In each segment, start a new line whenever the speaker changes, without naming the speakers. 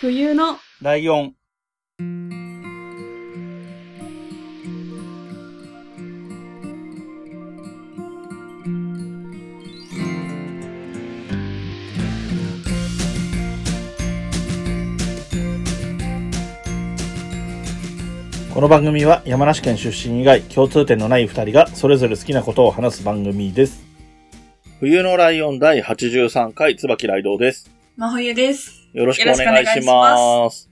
冬の
ライオン。この番組は山梨県出身以外共通点のない二人がそれぞれ好きなことを話す番組です。冬のライオン第83回椿ライドウです。
真冬です。
よろしくお願いし
よろしくお願
ます。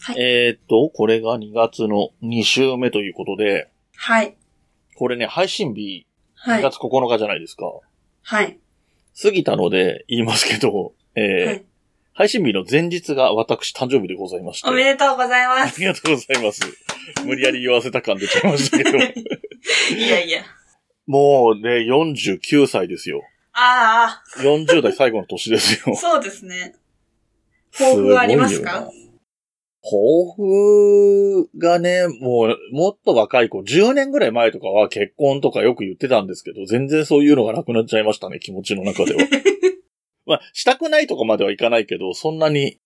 はい
えーっと、これが2月の2週目ということで、
はい。
これね、配信日、
は
2
い
月。9日じゃないですか。
はい。
過ぎたので言いますけど、えー
はい
配信日の前日が私誕生日でございまして。
おめでとうございま
あ
す。
りがとうございます。無理やり言わせた感出ちゃいまし たけど。
いやいや。
もうね、49歳ですよ。
あ
40代最後の年です
あ、
よ。
そうですね。抱負はありますか
抱負がね、もう、もっと若い子、10年ぐらい前とかは結婚とかよく言ってたんですけど、全然そういうのがなくなっちゃいましたね、気持ちの中で は。まあ、したくないとかまではいかないけど、そんなに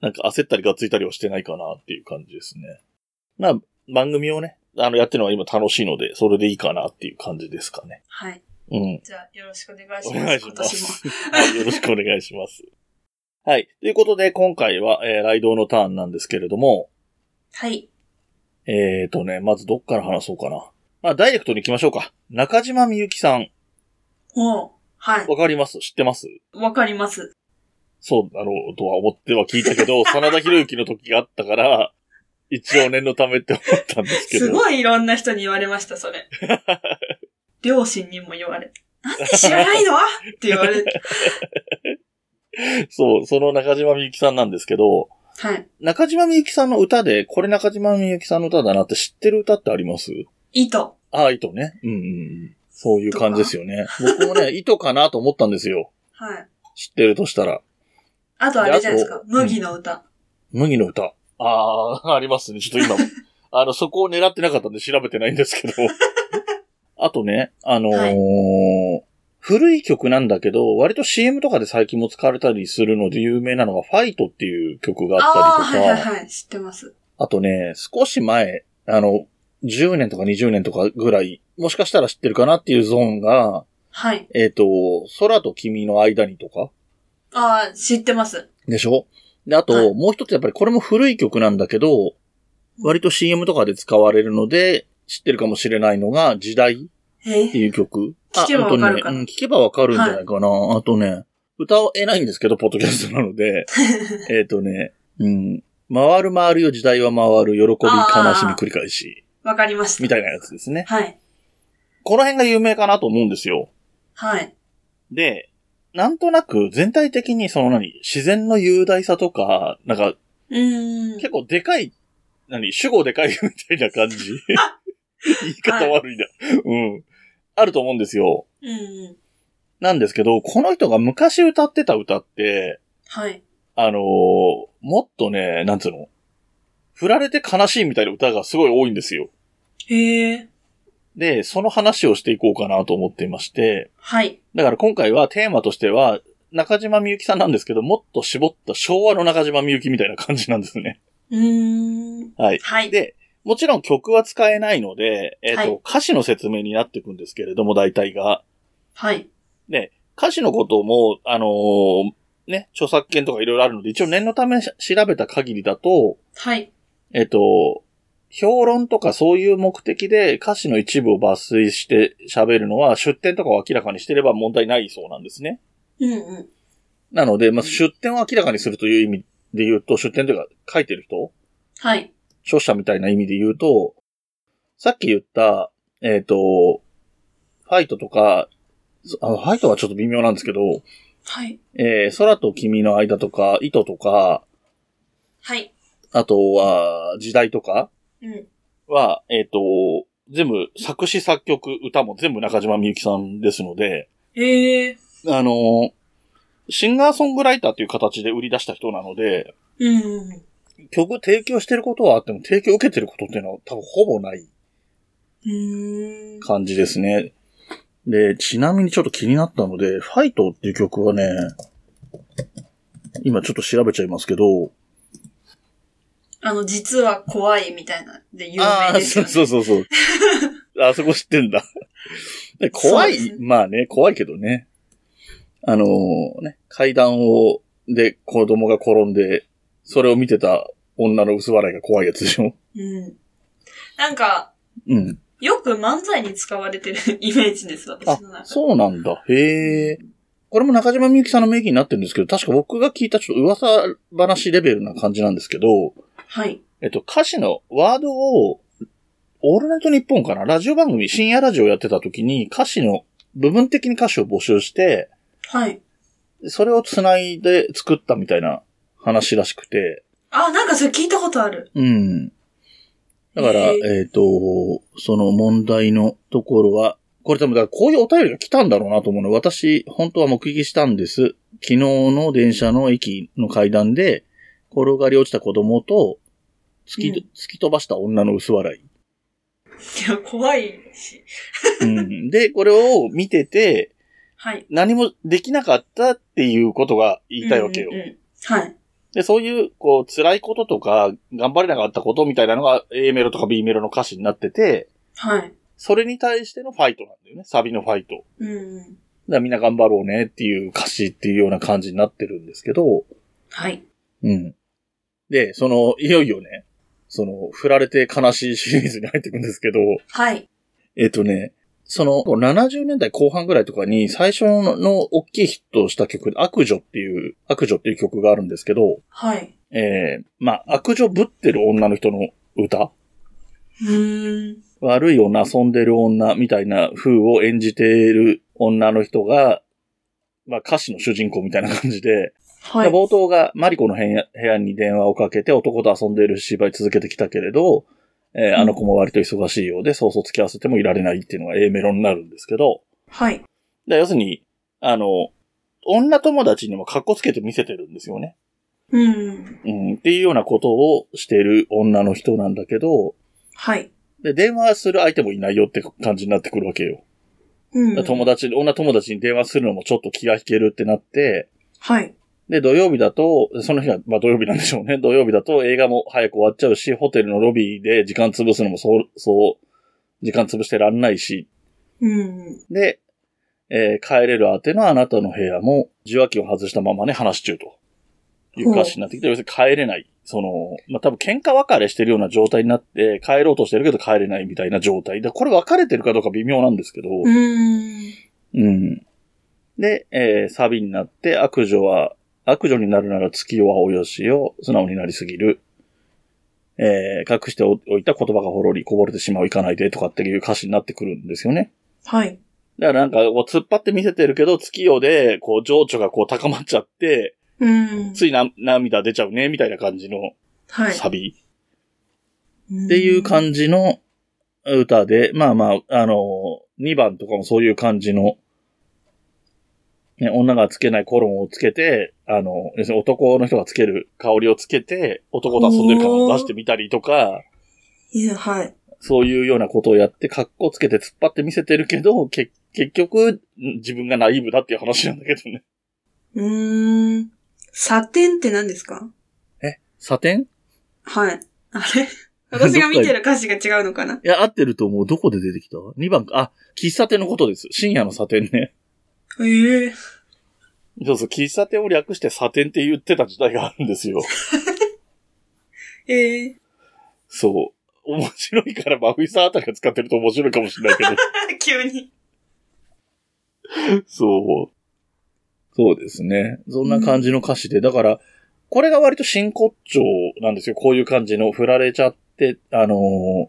なんか焦ったりがっついたりはしてないかなっていう感じですね。まあ、番組をね、あの、やってるのは今楽しいので、それでいいかなっていう感じですかね。
はい。
うん。
じゃあ、よろしくお願いし
お
ま
願い
す。
し
今
ま
年も。
す。はい、よろしくお願いします。はい。ということで、今回は、えー、ライドウのターンなんですけれども、
はい。
えーとね、まずどっから話そうかな。まあ、ダイレクトに行きましょうか。中島みゆきさん、
おう。はい。
わかります知ってます
わかります。
そうだろうとは思っては聞いた けど、真田広之の時があったから、一応念のためって思ったんですけど。
すごいいろんな人に言われました、そ れ。両親にも言われて。なんで知らないのって言われて。
そう、その中島みゆきさんなんですけど、
はい。
中島みゆきさんの歌で、これ中島みゆきさんの歌だなって知ってる歌ってあります
糸。
ああ、糸ね。うんうんうん。そういう感じですよね。僕もね、 糸かなと思ったんですよ。
はい。
知ってるとしたら。
あとあれじゃないです
であ
か
と。
麦の歌。
麦の歌。ああ、ありますね。ちょっと今、 あの、そこを狙ってなかったんで調べてないんですけど。 あとね、あのー
は
古い曲なんだけど、割と CM とかで最近も使われたりするので有名なのが、ファイトっていう曲があ
ああ
った
ー、
りと
は
か、
い
あ,、
はいはい。知ってます。
とね、少し前、あの、10年とか20年とかぐらい、もしかしたら知ってるかなっていうゾーンが、
はい。
えっ、と、空と君の間にとか、
ああ、知ってます。
でしょで、あと、
はい
もう一つやっぱりこれも古い曲なんだけど、割と CM とかで使われるので、知ってるかもしれないのが、時代っ
え
ていう曲。
聞けば
あうんと
わかるかな
ね、うん、聞けばわかるんじゃないかな。あとね、歌をえないんですけど、ポッドキャストなの で、えっとね、うん、回る回るよ、時代は回る、喜び、悲しみ、繰り返し、
わかりました。
みたいなやつですね。
はい。
この辺が有名かなと思うんですよ。
はい。
で、なんとなく全体的にその何、自然の雄大さとか、なんか
うーん。
結構でかい、何主語でかいみたいな感じ。言い方悪いな。うん。あると思うんですよ。
うんうん。
なんですけど、この人が昔歌ってた歌って、
はい。
あのーもっとね、なんつうの、振られて悲しいみたいな歌がすごい多いんですよ。
へえ。
で、その話をしていこうかなと思っていまして、
はい。
だから今回はテーマとしては、中島みゆきさんなんですけど、もっと絞った昭和の中島みゆきみたいな感じなんです ね。
うーん。
はい。
はい。
で、もちろん曲は使えないので、えっ、と、
はい
歌詞の説明になっていくんですけれども、大体が。
はい。
歌詞のことも、あのーね、著作権とかいろいろあるので、一応念のためし調べた限りだと、
はい。
えっ、と、評論とかそういう目的で歌詞の一部を抜粋して喋るのは、出典とかを明らかにしてれば問題ないそうなんですね。
うんうん。
なので、まあ、出典を明らかにするという意味で言うと、出典というか書いてる人
はい。
著者みたいな意味で言うと、さっき言った、えっ、と、ファイトとか、そあファイトはちょっと微妙なんですけど、
はい。
えー空と君の間とか、糸とか、
はい。
あとは、時代とか
うん。
は、えっ、と、全部作詞作曲、歌も全部中島みゆきさんですので、
へえ。
あの、シンガーソングライターという形で売り出した人なので、
うんうん
曲提供してることはあっても、提供受けてることっていうのは多分ほぼない
うん。うーん。
感じですね。で、ちなみにちょっと気になったので、ファイトっていう曲はね、今ちょっと調べちゃいますけど、
あの、実は怖いみたいなで有
あ
名
あ
ですよね。
そうそ うそうそう。あそこ知ってんだ。で怖い、
そうですね
まあね、怖いけどね。あのーね、階段を、で、子供が転んで、それを見てた女の薄笑いが怖いやつでしょ
うん。なんか、
うん。
よく漫才に使われてる イメージです、私
あ
の中、で。
そうなんだ。へえ。これも中島みゆきさんの名義になってるんですけど、確か僕が聞いたちょっと噂話レベルな感じなんですけど、
はい。
えっと、歌詞のワードを、オールナイトニッポンかなラジオ番組、深夜ラジオやってた時に歌詞の、部分的に歌詞を募集して、
はい。
それを繋いで作ったみたいな話らしくて、
あ、なんかそれ聞いたことある。
うん。だから、
へ
えっ、と、その問題のところは、これ多分、だからこういうお便りが来たんだろうなと思うの。私、本当は目撃したんです。昨日の電車の駅の階段で、転がり落ちた子供と、突き、
うん
突き飛ばした女の薄笑い。
いや、怖いし。
うんで、これを見てて、
はい。
何もできなかったっていうことが言いたいわけよ。
うんうんうんはい。
で、そういう、こう、辛いこととか、頑張れなかったことみたいなのが A メロとか B メロの歌詞になってて、
はい。
それに対してのファイトなんだよね。サビのファイト。
うんうん。
だからみんな頑張ろうねっていう歌詞っていうような感じになってるんですけど、
はい。
うん。で、その、いよいよね、その、振られて悲しいシリーズに入っていくんですけど、
はい。
えっとね、その、70年代後半ぐらいとかに、最初の大きいヒットをした曲で、悪女っていう、悪女っていう曲があるんですけど、
はい。
えー、まあ、悪女ぶってる女の人の歌
うーん。
悪い女、遊んでる女みたいな風を演じている女の人が、まあ、歌詞の主人公みたいな感じで、
はい。
で冒頭がマリコの部屋部屋に電話をかけて男と遊んでいる芝居続けてきたけれど、えーあの子も割と忙しいようで、そうそう付き合わせてもいられないっていうのが A メロになるんですけど、
はい。
で要するに、あの、女友達にも格好つけて見せてるんですよね。
うんうん。
うん、っていうようなことをしている女の人なんだけど、
はい。
で、電話する相手もいないよって感じになってくるわけよ。
うん。
友達、女友達に電話するのもちょっと気が引けるってなって、
はい。
で、土曜日だと、その日は、まあ土曜日なんでしょうね。土曜日だと映画も早く終わっちゃうし、ホテルのロビーで時間潰すのもそう、そう、時間潰してらんないし、
うんうん。
で、えー帰れる宛てのあなたの部屋も受話器を外したままね、話し中と。いう歌詞になってきて、要するに帰れない。その、まあ、多分喧嘩別れしてるような状態になって、帰ろうとしてるけど帰れないみたいな状態で、これ別れてるかどうか微妙なんですけど、
うーん。
うん。で、えーサビになって、悪女は、悪女になるなら月夜はおよしよ、素直になりすぎる。えー隠しておいた言葉がほろりこぼれてしまう、いかないでとかっていう歌詞になってくるんですよね。
はい。
だからなんか、こう、突っ張って見せてるけど、月夜で、こう、情緒がこう、高まっちゃって、
うん。
ついな、涙出ちゃうね、みたいな感じの
はい。
サビ
っ
っていう感じの歌で、まあまあ、あの、2番とかもそういう感じの、ね、女がつけないコロンをつけて、あの、要するに男の人がつける香りをつけて、男と遊んでる感を出してみたりとか、
じ。いや、はい。
そういうようなことをやって、格好つけて突っ張って見せてるけど、け結局、ん自分がナイーブだっていう話なんだけどね。
うーん。サテンって何ですか
サテン
はい。あ れ私が見てる歌詞が違うのかない
や、合ってると思う。どこで出てきた ?2 番か。あ、喫茶店のことです。深夜のサテンね。
ええ
そうそう、喫茶店を略してサテンって言ってた時代があるん ですよ。
ええ
そう。面白いから、マフィさんあたりが使ってると面白いかもしれないけど。
急に。
そう。そうですね。そんな感じの歌詞で。だから、これが割と真骨頂なんですよ。こういう感じの、振られちゃって、あのー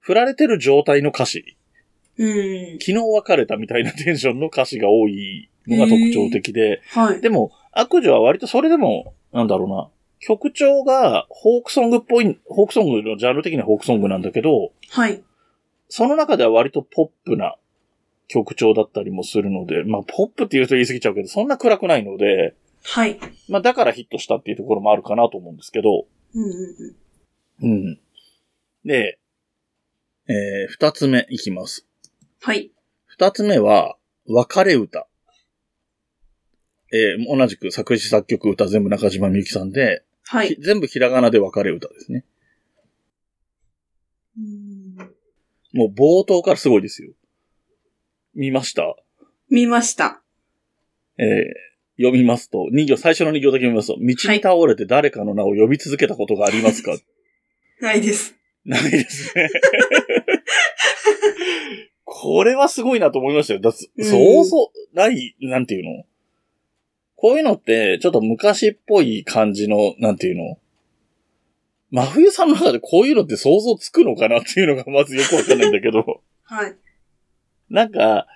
振られてる状態の歌詞。
うん。
昨日別れたみたいなテンションの歌詞が多いのが特徴的で。
はい。
でも、悪女は割とそれでも、なんだろうな。曲調がフォークソングっぽい、フォークソングのジャンル的にはフォークソングなんだけど、
はい。
その中では割とポップな曲調だったりもするので、まあ、ポップって言うと言い過ぎちゃうけど、そんな暗くないので、
はい。
まあ、だからヒットしたっていうところもあるかなと思うんですけど、
うんうんうん。
うん。で、えー、二つ目いきます。
はい。
二つ目は、別れ歌。えー、同じく作詞作曲歌全部中島みゆきさんで、
はい。
全部ひらがなで別れ歌ですね。
うん
もう冒頭からすごいですよ。見ました
見ました。
えー読みますと、二行、最初の2行だけ読みますと、道に倒れて誰かの名を呼び続けたことがありますか、
ないです。
ないですね。これはすごいなと思いましたよ。だっ
うん
そうそう、ない、なんていうのこういうのって、ちょっと昔っぽい感じの、なんていうの真冬さんの中でこういうのって想像つくのかなっていうのがまずよくわかんないんだけど。
はい。
なんか、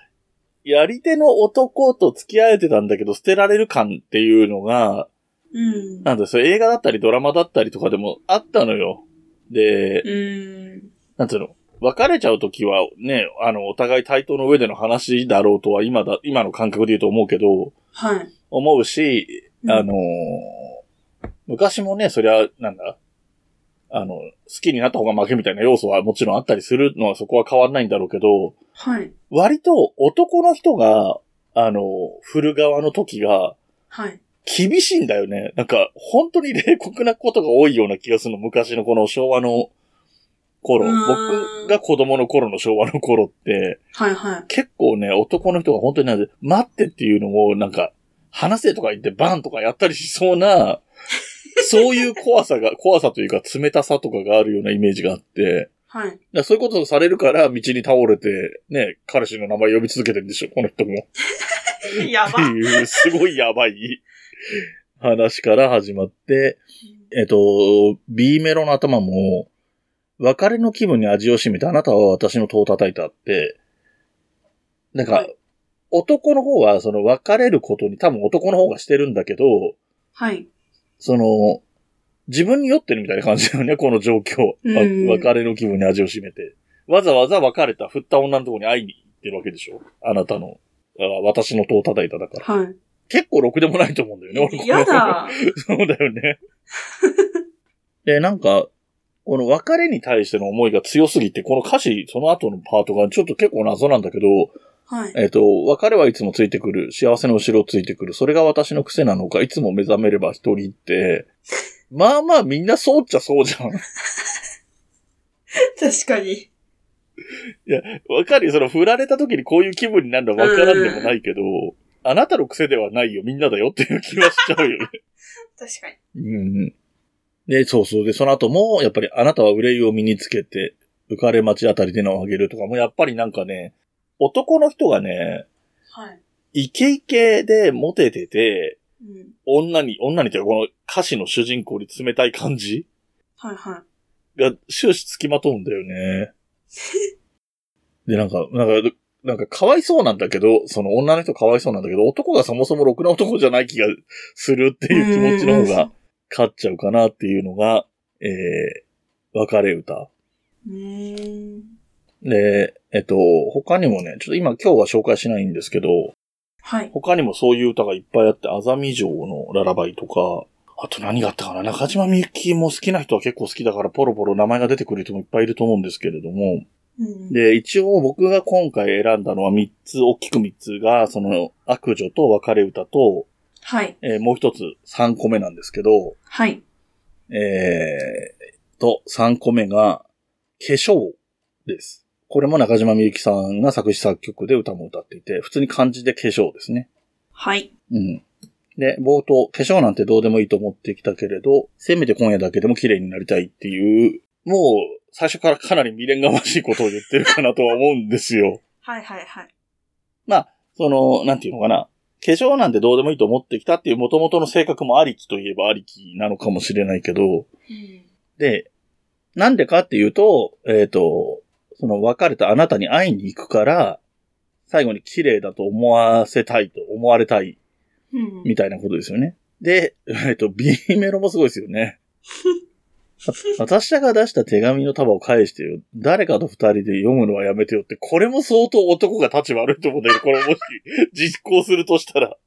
やり手の男と付き合えてたんだけど捨てられる感っていうのが、
うん。
なんですよ。映画だったりドラマだったりとかでもあったのよ。で、
うん。
なんつうの別れちゃうときはね、あの、お互い対等の上での話だろうとは今だ、今の感覚で言うと思うけど、
はい。
思うし、
うん
あのー昔もね、そりゃ、なんだ、あの、好きになった方が負けみたいな要素はもちろんあったりするのはそこは変わんないんだろうけど、
はい。
割と男の人が、あの、振る側の時が、
はい。
厳しいんだよね。なんか、本当に冷酷なことが多いような気がするの。昔のこの昭和の頃。
うーん
僕が子供の頃の昭和の頃って、
はい。はい。
結構ね、男の人が本当になんで、待ってっていうのも、なんか、話せとか言ってバンとかやったりしそ うな、そういう怖さが、怖さというか冷たさとかがあるようなイメージがあって、
はい。
だからそういうことをされるから、道に倒れて、ね、彼氏の名前呼び続けてるんでしょ、この人も。
や
って
ば。
いう、すごいやばい話から始まって、えっと、B メロの頭も、別れの気分に味を占めて、あなたは私の戸を叩いたって、なんか、
はい
男の方は、その別れることに多分男の方がしてるんだけど、
はい。
その、自分に酔ってるみたいな感じだよね、 この状況。わ
うん
別れの気分に味を占めて。わざわざ別れた、振った女のところに会いに行ってるわけでしょあなたの、あ私の戸を叩いただから。
は
結構ろくでもないと思うんだよね、俺
い。や。だ。
そうだ よね。で、なんか、この別れに対しての思いが強すぎて、この歌詞、その後のパートがちょっと結構謎なんだけど、
はい。
えっ、と、別れはいつもついてくる。幸せの後ろをついてくる。それが私の癖なのか、いつも目覚めれば一人って。まあまあみんなそうっちゃそうじゃん。
確かに。
わかるよ。その振られた時にこういう気分になるのはわからんでもないけど、あなたの癖ではないよ。みんなだよっていう気はしちゃうよね。
確かに。
うん。で、そうそう。で、その後も、やっぱりあなたは憂いを身につけて、浮かれ待ちあたりでのをあげるとかも、やっぱりなんかね、男の人がね、
はい。
イケイケでモテてて、
うん。
女に、女にというかこの歌詞の主人公に冷たい感じ
はいは
が終始つきまとうんだよね。で、なんか、なんか、なんかかわいそうなんだけど、その女の人かわいそうなんだけど、男がそもそもろくな男じゃない気がするっていう気持ちの方が勝っちゃうかなっていうのが、えー、別れ歌。
い。うーん。
で、えっと、他にもね、ちょっと今今日は紹介しないんですけど、
はい。
他にもそういう歌がいっぱいあって、あざみ城のララバイとか、あと何があったかな中島みゆきも好きな人は結構好きだから、ポロポロ名前が出てくる人もいっぱいいると思うんですけれども、
うん。
で、一応僕が今回選んだのは3つ、大きく3つが、その、悪女と別れ歌と、
はい。
えーもう一つ3個目なんですけど、
はい。
えー、と、3個目が、化粧です。これも中島みゆきさんが作詞作曲で歌も歌っていて、普通に漢字で化粧ですね。
はい。
うん。で、冒頭、化粧なんてどうでもいいと思ってきたけれど、せめて今夜だけでも綺麗になりたいっていう、もう、最初からかなり未練がましいことを言ってるかなとは思うんですよ。
はいはいはい。
その、なんていうのかな。化粧なんてどうでもいいと思ってきたっていう元々の性格もありきといえばありきなのかもしれないけど、
うん。
で、なんでかっていうと、えっ、と、その別れたあなたに会いに行くから、最後に綺麗だと思わせたいと思われたい
うん。
みたいなことですよね。で、 えっと、B メロもすごいですよね。わ私らが出した手紙の束を返してよ。誰かと二人で読むのはやめてよって、これも相当男が立ち悪いと思うんだけど、これもし実行するとしたら、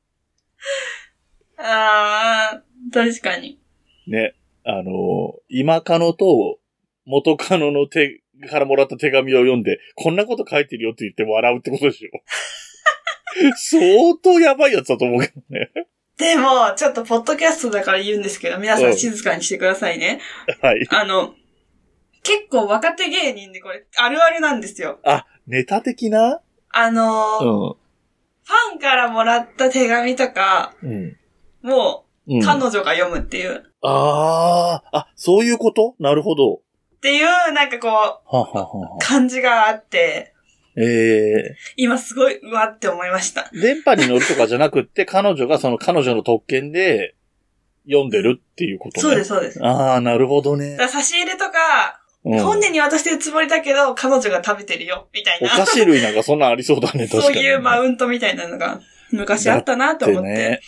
あー、確かに。
ね、あの、今カノと元カノの手からもらった手紙を読んで、こんなこと書いてるよって言って笑うってことでしょ。相当やばいやつだと思うけどね。
でも、ちょっとポッドキャストだから言うんですけど、皆さ
うん
ん静かにしてくださいね。
はい。
あの、結構若手芸人でこれ、あるあるなんですよ。
ネタ的な
あのー、
う
ファ
ん。
ンからもらった手紙とか、
うん。
も
う。
うん彼女
あ
が読むっていう、っ
あー、あ、そういうことなるほど。
ていう、なんかこ
ははは
う、感じがあって、
え
今すごい、うわって思いました。
ー、電波に乗るとかじゃなくって、彼女がその彼女の特権で読んでるっていうことね。。
そうですす、そうです。だ
ああ、なるほどね
か。ら差し入れとか、
うん、
本人に渡してるつもりだけど、彼女が食べてるよ、みたい
お
な。
菓子類なんかそんなんありそうだね、確か
そう
にね。
いうマウントみたいなのが、昔あったなと思って。
ね。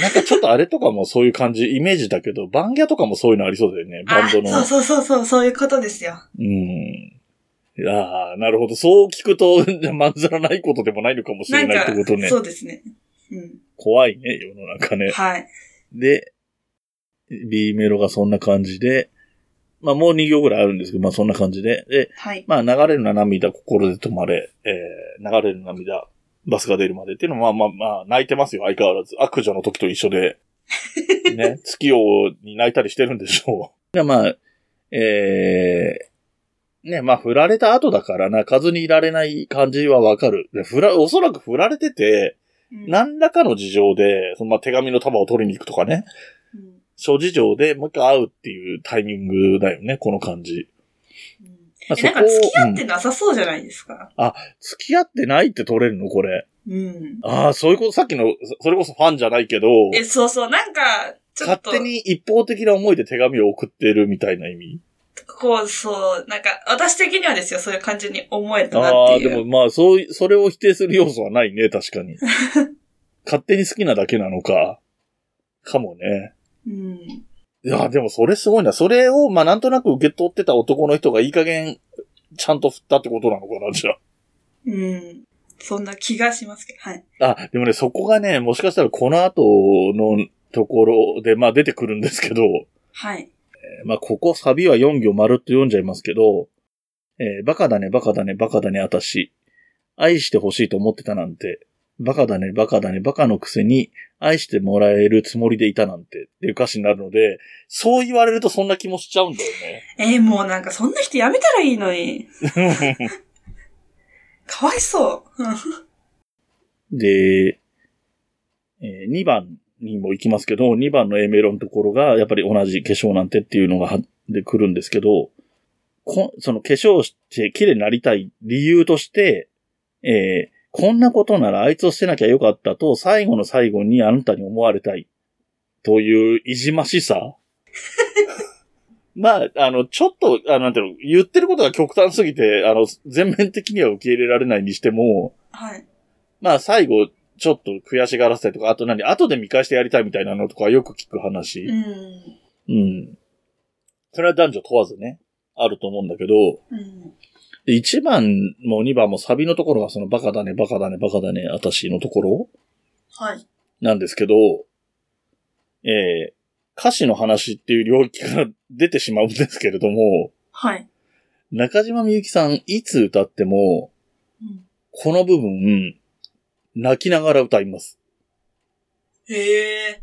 なんかちょっとあれとかもそういう感じ、イメージだけど、バンギャとかもそういうのありそうだよね、バ
あ、
ンドの。
そうそうそうそう、そういうことですよ。
うん。いやーなるほど。そう聞くと、 まんざらないことでもないのかもし
な
れ
ん
ないっ
か
てこと、ね。
そうですね。うん。
怖いね、世の中ね。
はい。
で、B メロがそんな感じで、まあもう2行ぐらいあるんですけど、まあそんな感じで。で、
はい。
まあ、流れるな涙、心で止まれ、えー、流れる涙、バスが出るまでっていうのは、まあまあまあ、泣いてますよ、相変わらず。悪女の時と一緒で。ね、月夜に泣いたりしてるんでしょう。でまあ、えー、ね、まあ、振られた後だから泣かずにいられない感じはわかる。で振ら、おそらく振られてて、
うん
何らかの事情で、そのまあ、手紙の束を取りに行くとかね、
うん
諸事情でもう一回会うっていうタイミングだよね、この感じ。
うん
まあ
え、なんか
そこ
付き合っ
う
て
ん
なさそうじゃないですか。
付き合ってないって取れるのこれ。
うん。
ああ、そういうこと、さっきの、そそれこそファンじゃないけど、
え、そうそう、なんか、ちょっ
勝
と、
手に一方的な思いで手紙を送ってるみたいな意味。
こう、そう、なんか、私的にはですよ、そういう感じに思えたな
あ
っ
あ、
てい
で
う。
もまあ、そうい、それを否定する要素はないね、確 かに。勝手に好きなだけなのか。かもね。
うん。
いや、でもそれすごいな。それを、まあ、なんとなく受け取ってた男の人がいい加減、ちゃんと振ったってことなのかな、じゃ
うん。そんな気がしますけど、はい。
あ。あ、でもね、そこがね、もしかしたらこの後のところで、まあ、出てくるんですけど、
はい。
まあ、ここサビは4行まるっと読んじゃいますけど、えーバカだね、バカだね、バカだね、あたし。愛してほしいと思ってたなんて。バカだね、バカだね、バカのくせに、愛してもらえるつもりでいたなんて、っていう歌詞になるので、そう言われるとそんな気もしちゃうんだよ
えーもうなんか、そんな人やめたらいいのに。
ね。
かわいそう。うん
で、え2番にも行きますけど、2番の A メロのところが、やっぱり同じ化粧なんてっていうのがはでくるんですけど、こその化粧して綺麗になりたい理由として、えーこんなことならあいつを捨てなきゃよかったと、最後の最後にあなたに思われたい。という、いじましさ。まあ、あの、ちょっと、あなんていうの、言ってることが極端すぎて、あの、全面的には受け入れられないにしても、
はい。
まあ最後、ちょっと悔しがらせたりとか、あと何後で見返してやりたいみたいなのとかよく聞く話。
うん。
うん。それは男女問わずね、あると思うんだけど、
うん。
で1番も2番もサビのところがそのバカだね、バカだね、バカだね、私のところ
はい。
なんですけど、えー、歌詞の話っていう領域から出てしまうんですけれども、
はい。
中島みゆきさんいつ歌っても、
うん
この部分、泣きながら歌います。
へえ。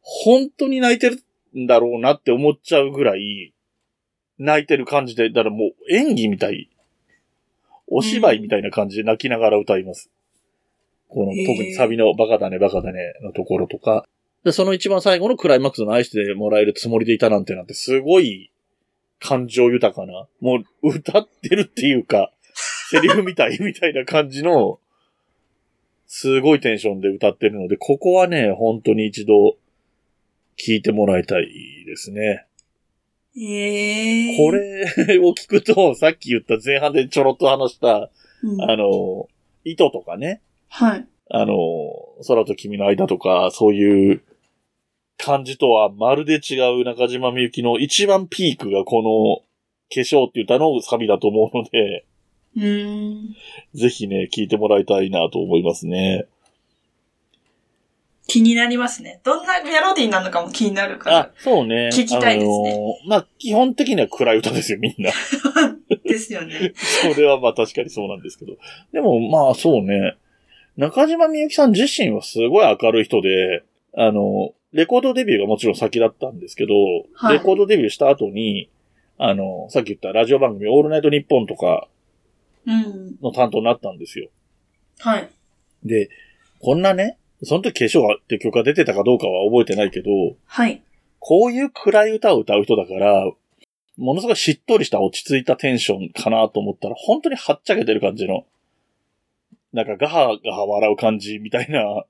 本当に泣いてるんだろうなって思っちゃうぐらい、泣いてる感じで、だからもう演技みたい、お芝居みたいな感じで泣きながら歌います。この、
へー
特にサビのバカだねバカだねのところとか、で、その一番最後のクライマックスの愛してもらえるつもりでいたなんてなんてすごい感情豊かな、もう歌ってるっていうか、セリフみたいみたいな感じの、すごいテンションで歌ってるので、ここはね、本当に一度聞いてもらいたいですね。
ええ。
これを聞くと、さっき言った前半でちょろっと話した、
うん、
あの、糸とかね、
はい。
あの、空と君の間とか、そういう感じとはまるで違う中島みゆきの一番ピークがこの化粧っていう歌のサビだと思うので、
うーん。
ぜひね、聞いてもらいたいなと思いますね。
気になりますね。どんなメロディーなのかも気になるか
あ
ら。、
そうね。
聞きたいですね
あのまあ、基本的には暗い歌ですよ、みんな。
ですよね。
それはまあ確かにそうなんですけど。でもまあそうね。中島みゆきさん自身はすごい明るい人で、あの、レコードデビューがもちろん先だったんですけど、
はい
レコードデビューした後に、あの、さっき言ったラジオ番組オールナイトニッポンとか
うん。
の担当になったんですよ。
はい。
で、こんなね、その時化粧って曲が出てたかどうかは覚えてないけど、
はい。
こういう暗い歌を歌う人だから、ものすごいしっとりした落ち着いたテンションかなと思ったら、本当にはっちゃけてる感じの、なんかガハガハ笑う感じみたいな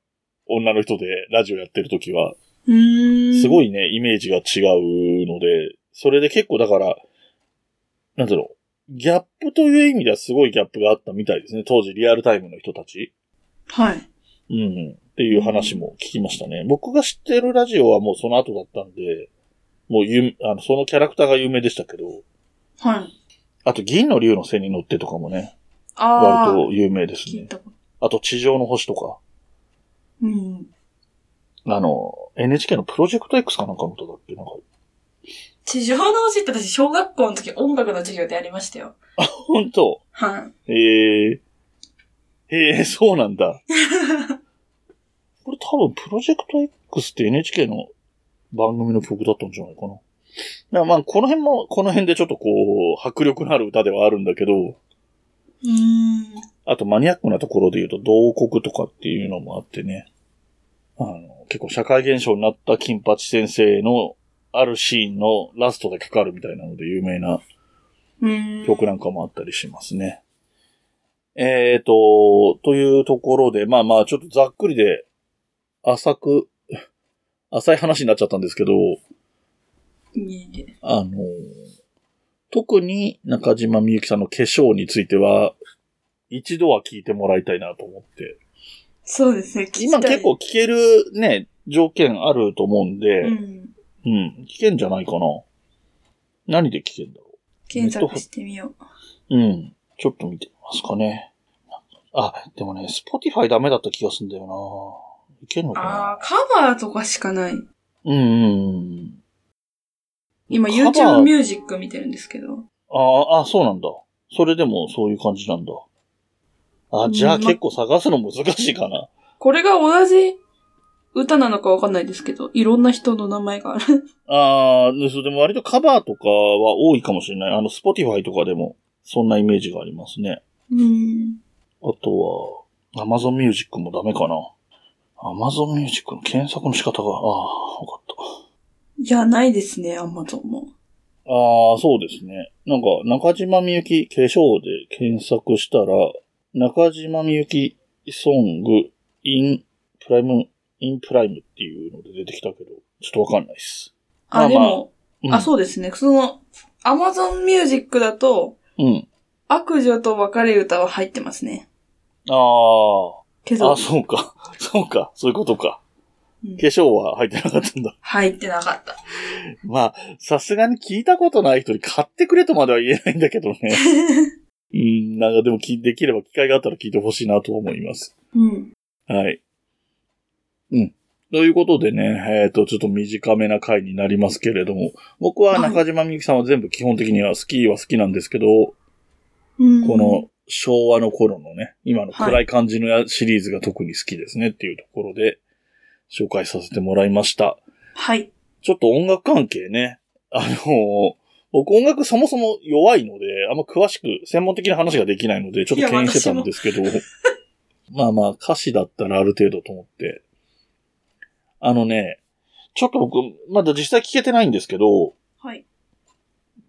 女の人でラジオやってる時は、
うーん。
すご
い。
いね、イメージが違うので、それで結構だから、なんだろう、ギャップという意味ではすごいギャップがあったみたいですね。当時リアルタイムの人たち。
はい。
うん。っていう話も聞きましたね。僕が知ってるラジオはもうその後だったんで、もうゆあのそのキャラクターが有名でしたけど、
はい。
あと銀の竜の背に乗ってとかもね、
ああ。
割と有名です
聞い
ね。
たこと。
あと地上の星とか、
うん。
あの、NHK のプロジェクト X かなんかの歌だっけなんか、
地上の星って私、小学校の時音楽の授業でやりましたよ。
本当
はい。
ええー、ええそうなんだ。これ多分プロジェクト X って NHK の番組の曲だったんじゃないかな。だからまあ、この辺も、この辺でちょっとこう、迫力のある歌ではあるんだけど、
うーん。
あとマニアックなところで言うと、同国とかっていうのもあってね、あの、結構社会現象になった金八先生のあるシーンのラストでかかるみたいなので有名な
うーん。
曲なんかもあったりしますね。えーと、というところで、まあまあ、ちょっとざっくりで、浅く、浅い話になっちゃったんですけど、
いいね
あの、特に中島みゆきさんの化粧については、一度は聞いてもらいたいなと思って。
そうですね。聞きた
今
い
結構、聞けるね、条件あると思うんで、
う
うん、
ん。
聞けんじゃないかな。何で聞けんだろう
検索してみよう。
うん。ちょっと見てみますかね。あ、でもね、Spotify ダメだった気がするんだよな。いけんのか
ああ
な、
カバーとかしかない。
うんうんうん。
今、
カバ
YouTube
ー
ミュージック見てるんですけど。
あーあ、そうなんだ。それでもそういう感じなんだ。あ、じ
う
ゃあ
んま
結構探すの難しいかな。
これが同じ歌なのかわかんないですけど、いろんな人の名前がある。
ああ、でそうでも割とカバーとかは多いかもしれない。あの、Spotify とかでも、そんなイメージがありますね。
うん。
あとは、Amazon Music もダメかな。Amazon Music の検索の仕方が、ああ、わかった。
いや、ないですね、アマゾンも。
ああ、そうですね。なんか、中島みゆき化粧で検索したら、中島みゆきソング in プライム、in プライムっていうので出てきたけど、ちょっとわかんないっす。
あ、
まあ
でも、
うん、
あ、そうですね。その、アマゾンミュージックだと、
うん。
悪女と別れ歌は入ってますね。
ああ
け
ー、あ、
ど、
そうか。 そうか。そういうことか。
うん
化粧は入ってなかったんだ。
入ってなかった。
まあ、さすがに聞いたことない人に買ってくれとまでは言えないんだけどね。うん、なんかでも聞い、できれば機会があったら聞いてほしいなと思います。
うん。
はい。うん。ということでね、えっ、と、ちょっと短めな回になりますけれども、僕は中島みゆきさんは全部基本的には好きは好きなんですけど、
うん、
この昭和の頃のね、今の暗い感じのやシリーズが特に好きですねっていうところで紹介させてもらいました。
はい。
ちょっと音楽関係ね、あの僕音楽そもそも弱いので、あんま詳しく、専門的な話ができないので、ちょっと牽引してたんですけど、 まあまあ歌詞だったらある程度と思って、あのね、ちょっと僕、まだ実際聞けてないんですけど、
はい。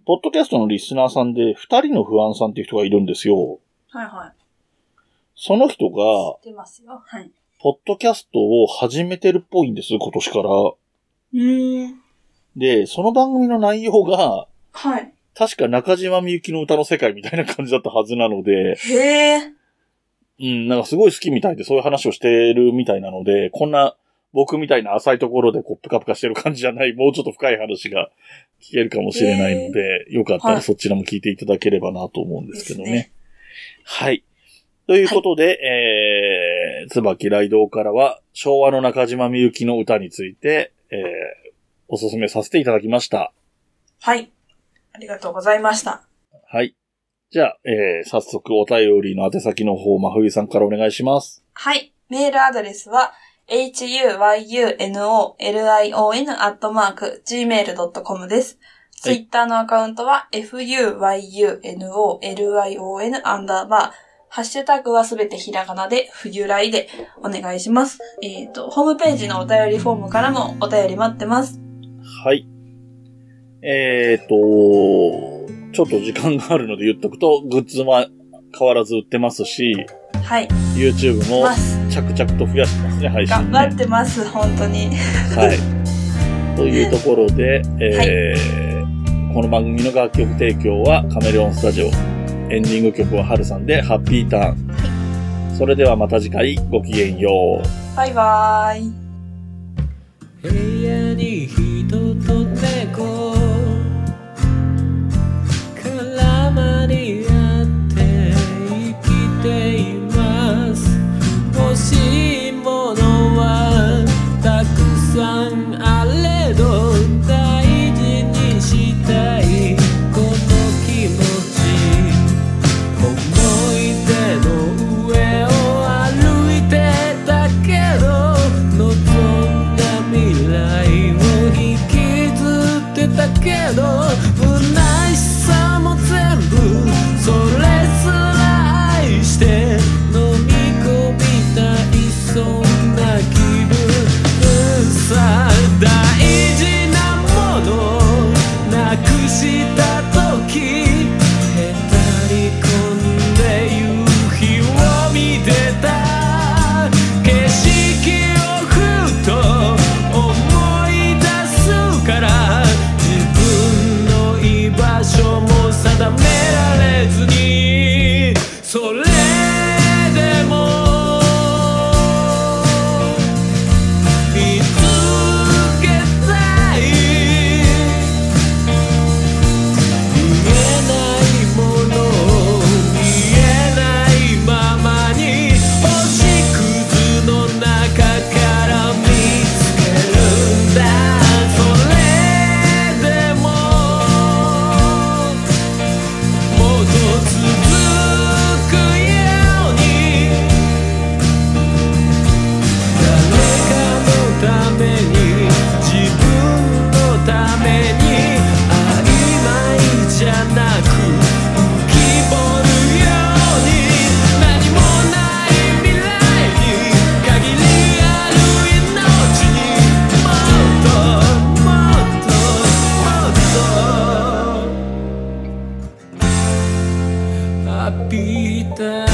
ポッドキャストのリスナーさんで、二人の不安さんっていう人がいるんですよ。
はいは
その人が、
い。出ますよ。はい。
ポッドキャストを始めてるっぽいんです、今年から。
うーん。
で、その番組の内容が、
はい。
確か中島みゆきの歌の世界みたいな感じだったはずなので、
へえ。
うん、なんかすごい好きみたいでそういう話をしてるみたいなので、こんな僕みたいな浅いところでこうプカプカしてる感じじゃない、もうちょっと深い話が聞けるかもしれないので、よかった
は
ら
い
そちらも聞いていただければなと思うんですけど
です
ね。はい。ということで、えー、椿雷道からは昭和の中島みゆきの歌について、えー、おすすめさせていただきました。
はい。ありがとうございました。
はい。じゃあ、えー、早速お便りの宛先の方、まふゆさんからお願いします。
はい。メールアドレスは、 huyunolion アットマーク gmail.com です。ツイッターのアカウントは fuyunolion アンダーバー。ハッシュタグはすべてひらがなで、冬来でお願いします。えっ、と、ホームページのお便りフォームからもお便り待ってます。
はい。えー、と、ちょっと時間があるので言っとくと、グッズは変わらず売ってますし、
はい。
YouTube も
ます。
着々と増やしてますね、配信
頑
ね。
張ってます、本当に。
はい。というところで、えーこの番組の楽曲提供はカメレオンスタジオ。エンディング曲はハルさんで、ハッピーターン。それではまた次回、ごきげんよう。
バイバーイ。
部屋に人と猫絡まり合って生きています欲しいものはたくさんあれど大事にしたいこの気持ち思い出の上を歩いてたけど望んだ未来を引きずってたけど不悔しさも全部それすら愛して飲み込みたいそんな気分さ大事なものなくした時へたり込んで夕日を見てた景色をふと思い出すから自分の居場所も定められずにそれでも「見つけたい」「見えないものを見えないままに星屑の中から見つけるんだ」「それでももっと続くように」誰かのために自分のために曖昧じゃなく浮き彫るように何もない未来に限りある命にもっともっともっとハッピーターン